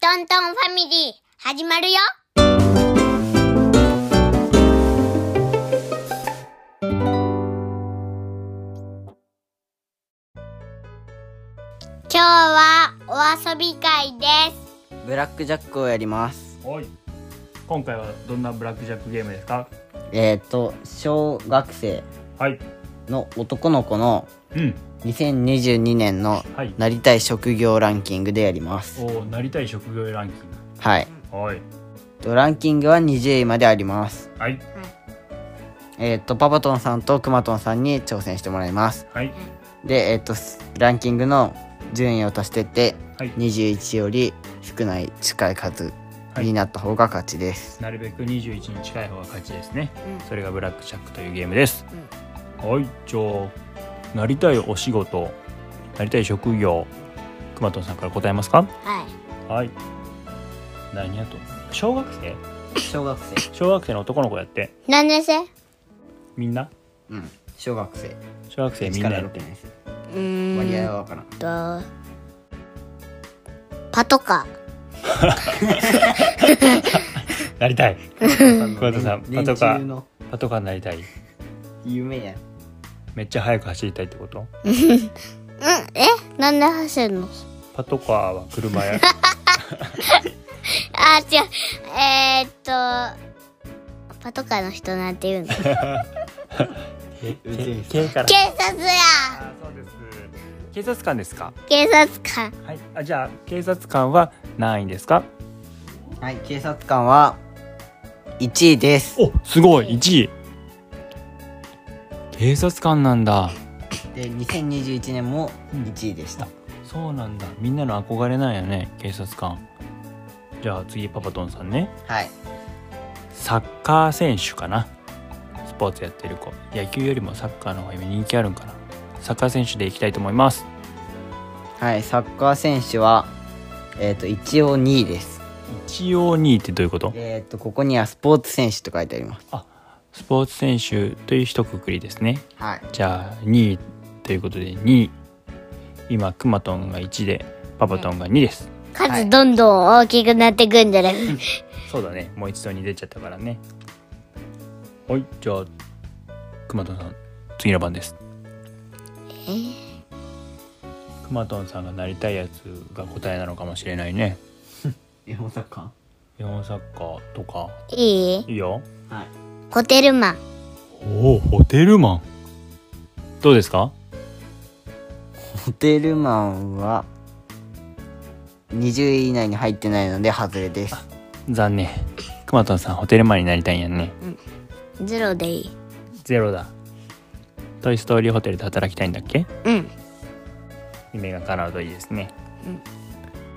トントンファミリー、始まるよ今日はお遊び会です。ブラックジャックをやりますおい今回はどんなブラックジャックゲームですかえっ、と小学生はいの男の子のうん2022年のはいなりたい職業ランキングでやりますおなりたい職業ランキンはいグはいとランキングは20位までありますはいえっ、とパパトンさんとクマトンさんに挑戦してもらいますはいでえっ、とランキングの順位を足してってはい21より少ない近い数はいになった方が勝ちです、なるべく21に近い方が勝ちですね、それがブラックジャックというゲームです、はいじゃあなりたいお仕事なりたい職業くまとんさんから答えますかはい。はい何やと小学生小学生小学生の男の子やって何年生うみんなうん小学生小学生みんな力や6って年生割ー合んは分からんと、パトカなりたい桑桑田さん連パトカー連中のパトカーになりたい夢やめっちゃ速く走りたいってことー。うん、えなんで走るのパトカーは車やあ、違う。えー、っと、パトカーの人なんて言うの警宇宙人警から察やあそうです警察官ですか警察官。はいあじゃあ警察官は何位ですかはい警察官は1位ですおすごい1位警察官なんだで2021年も1位でした、そうなんだみんなの憧れなんやね警察官じゃあ次パパトンさんねはいサッカー選手かなスポーツやってる子野球よりもサッカーの方が今人気あるんかなサッカー選手でいきたいと思いますはいサッカー選手はえっ、と一応2位です一応2位ってどういうことえっ、とここにはスポーツ選手と書いてありますスポーツ選手という一括りですねはいじゃあ2位ということで2位今くまとんが1でパパトンが2です、数どんどん大きくなってくんじゃない、そうだねもう一度に出ちゃったからねはいじゃあくまとんさん次の番ですくまとんさんがなりたいやつが答えなのかもしれないね日本サッカ日本サッカーとかいいいいよーはいホテルマン。おおホテルマンどうですかホテルマンは20位以内に入ってないので外れです残念くまとんさんホテルマンになりたいんやんねゼロでいい。ゼロだトイ・ストーリーホテルで働きたいんだっけうん。夢が叶うといいですね、うん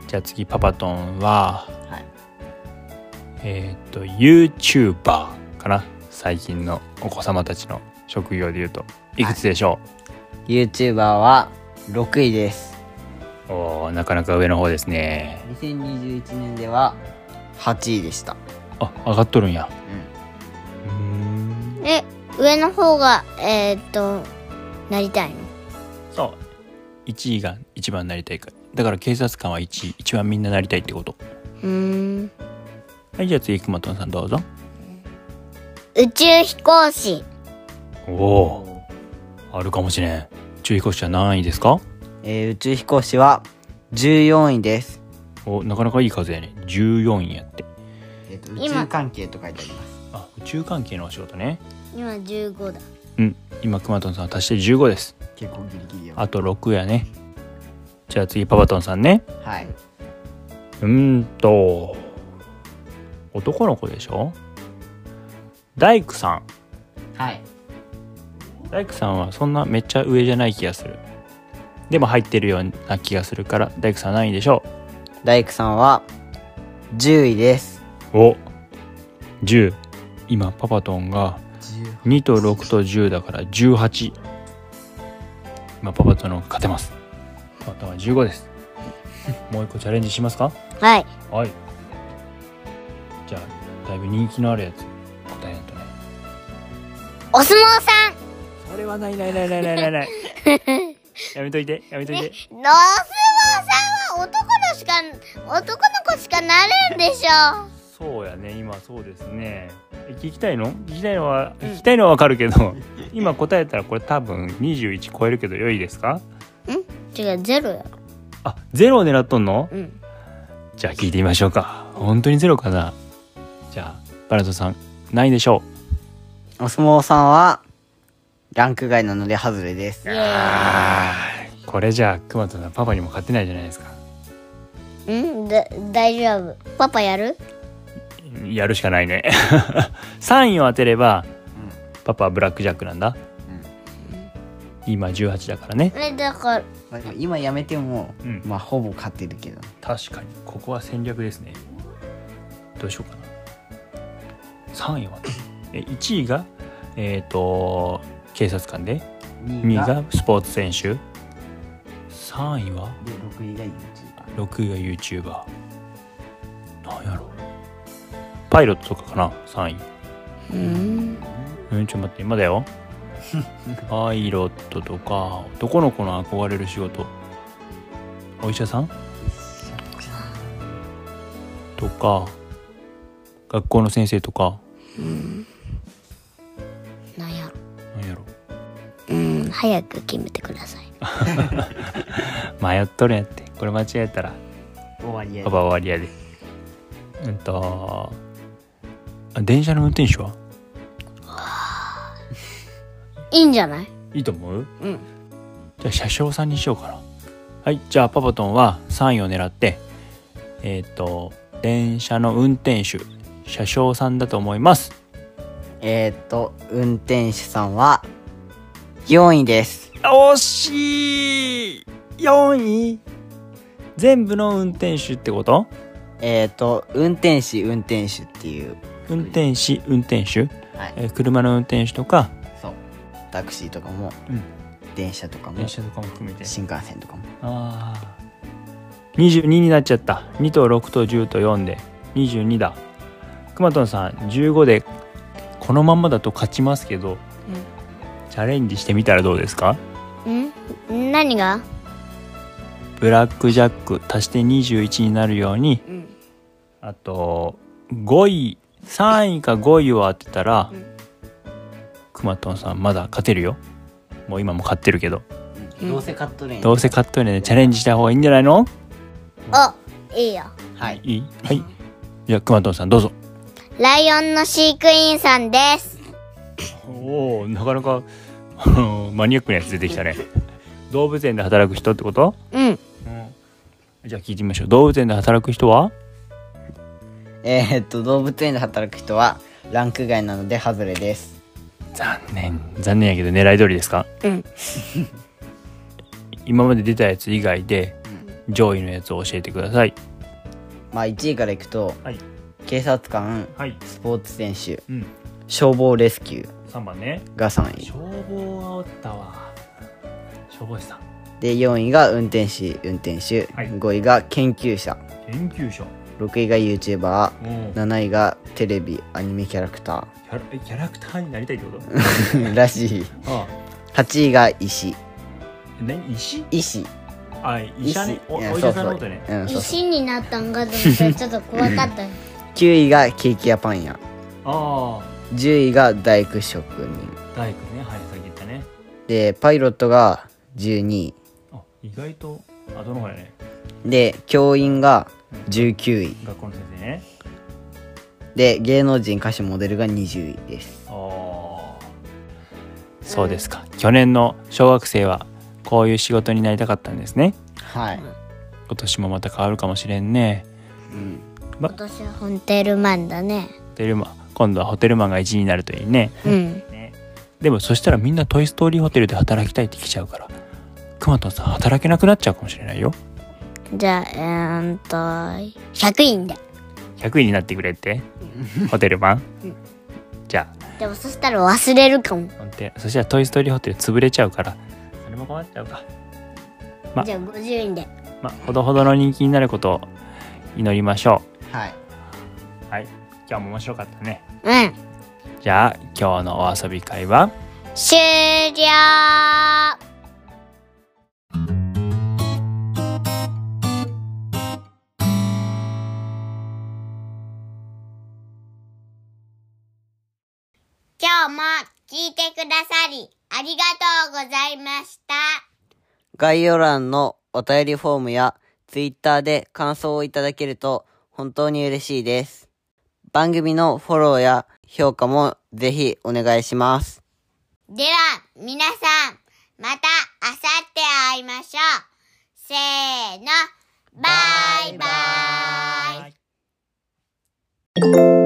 じゃあ次パパトンは、はいえーっと YouTuber かな最近のお子様たちの職業でいうといくつでしょ YouTuber は6位ですう、おーなかなか上の方ですね2021年では8位でしたあ上がっとるんやうんうーんえ、上の方が、えー、っと、なりたいのそう1位が一番なりたいからだから警察官は1位一番みんななりたいってことうーん。はいじゃあ次くまとんさんどうぞ宇宙飛行士。おおあるかもしれん注意講師は何位ですかえー宇宙飛行士は14位です。おなかなかいい数やね14位やってえっと宇宙関係と書いてあります。あ宇宙関係のお仕事ね今15だ。うん今くまとんさん足して15です結構ギリギリよ。あと6やねじゃあ次パパトンさんねはい。うーんと男の子でしょ大工さんはい。大工さんはそんなめっちゃ上じゃない気がするでも入ってるような気がするから大工さん何位でしょ大工さんは10位です。うお10今パパトンが2と6と10だから18今パパとの方が勝てますパパとは15です もう一個チャレンジしますかはい。はいじゃあだいぶ人気のあるやつ答えないとねお相撲さん。それはないないないないないない ないやめといてやめといてお相撲さんは男のしか男の子しかなるんでしょそうやね今そうですねえ聞きたいの聞きたいのは聞きたいのはわかるけど今答えたらこれ多分21超えるけど良いですか違うゼロやあゼロを狙っとんのうんじゃあ聞いてみましょうか本当にゼロかなじゃあバラトさんないでしょお相撲さんはランク外なのでハズレですイエうこれじゃあクマトさんパパにも勝てないじゃないですかーイうんだ大丈夫パパやるやるしかないね3位を当てればパパはブラックジャックなんだ、今18だからねえだからまあでも今やめても、うんまあほぼ勝ってるけど確かにここは戦略ですねどうしようかな3位はえ1位がえっ、と警察官で2位がスポーツ選手3位はで6位が YouTuber 6位が YouTuber なんやろパイロットとかかな3位うんうんちょっと待って今だよパイロットとか男の子の憧れる仕事お医者さんとか学校の先生とかなんやろなんやろうん早く決めてください迷っとるんやってこれ間違えたら終わりやパパ終わりやでうんとあ電車の運転手はいいんじゃないいいと思ううんじゃあ車掌さんにしようかなはいじゃあパパトンは3位を狙ってえっ、と電車の運転手車掌さんだと思いますえー、っと運転手さんは4位です惜しい4位全部の運転手ってことえー、っと運転士運転手っていう運転士運転手、はいえー車の運転手とかそうタクシーとかも、うん電車とかも電車とかも含めて新幹線とかもああ22になっちゃった2と6と10と4で22だくまとんさん15でこのまんまだと勝ちますけど、チャレンジしてみたらどうですかうん何がブラックジャック足して21になるようにうんあと5位3位か5位を当てたら、うんくまとんさんまだ勝てるよもう今も勝ってるけどうんどうせ買っとるんやどうせ勝っとるねチャレンジした方がいいんじゃないのおいいよはいいいはいじゃあくまとんさんどうぞライオンの飼育員さんですおおなかなか あのマニアックなやつ出てきたね動物園で働く人ってこと、うんじゃあ聞いてみましょう動物園で働く人はえー、っと動物園で働く人はランク外なのでハズレです残念残念やけど狙い通りですかうん今まで出たやつ以外で上位のやつを教えてくださいまあ1位からいくと、はい警察官はいスポーツ選手うん消防レスキュ3番ねーが3位消防はおったわ消防士さんで4位が運転士運転手、はい5位が研究者研究所6位が YouTuber もう7位がテレビアニメキャラクタキャラキャラクターになりたいってこと ーらしいあ8位が医師何石医師あ医者ねおおい医や者さんのことねそうそううんそうそう石になったんかと思ってちょっと怖か ったよ9位がケーキ屋パン屋あ10位が大工職人あ大工ねはいさっき言ったねでパイロットが12位あ意外とあどの方やねで教員が19位学校の先生ねで芸能人歌手モデルが20位ですあそうですか、去年の小学生はこういう仕事になりたかったんですねはい、今年もまた変わるかもしれんねうん、今年はホテルマンだねホテルマン今度はホテルマンが1位になるといいねうんでもそしたらみんな「トイ・ストーリーホテル」で働きたいって来ちゃうからくまとんさん働けなくなっちゃうかもしれないよじゃあえーんと100人で100位になってくれってホテルマン、うんじゃあでもそしたら忘れるかもほんでそしたら「トイ・ストーリーホテル」潰れちゃうからそれも困っちゃうかまじゃあ50人でまあほどほどの人気になることを祈りましょはい、うはい今日も面白かったねうんじゃあ今日のお遊び会は終了も聞いてくださり、ありがとうございました。概要欄のお便りフォームや Twitter で感想をいただけると本当に嬉しいです。番組のフォローや評価もぜひお願いします。では、皆さん、また明後日会いましょう。せーの、バイバイ。イ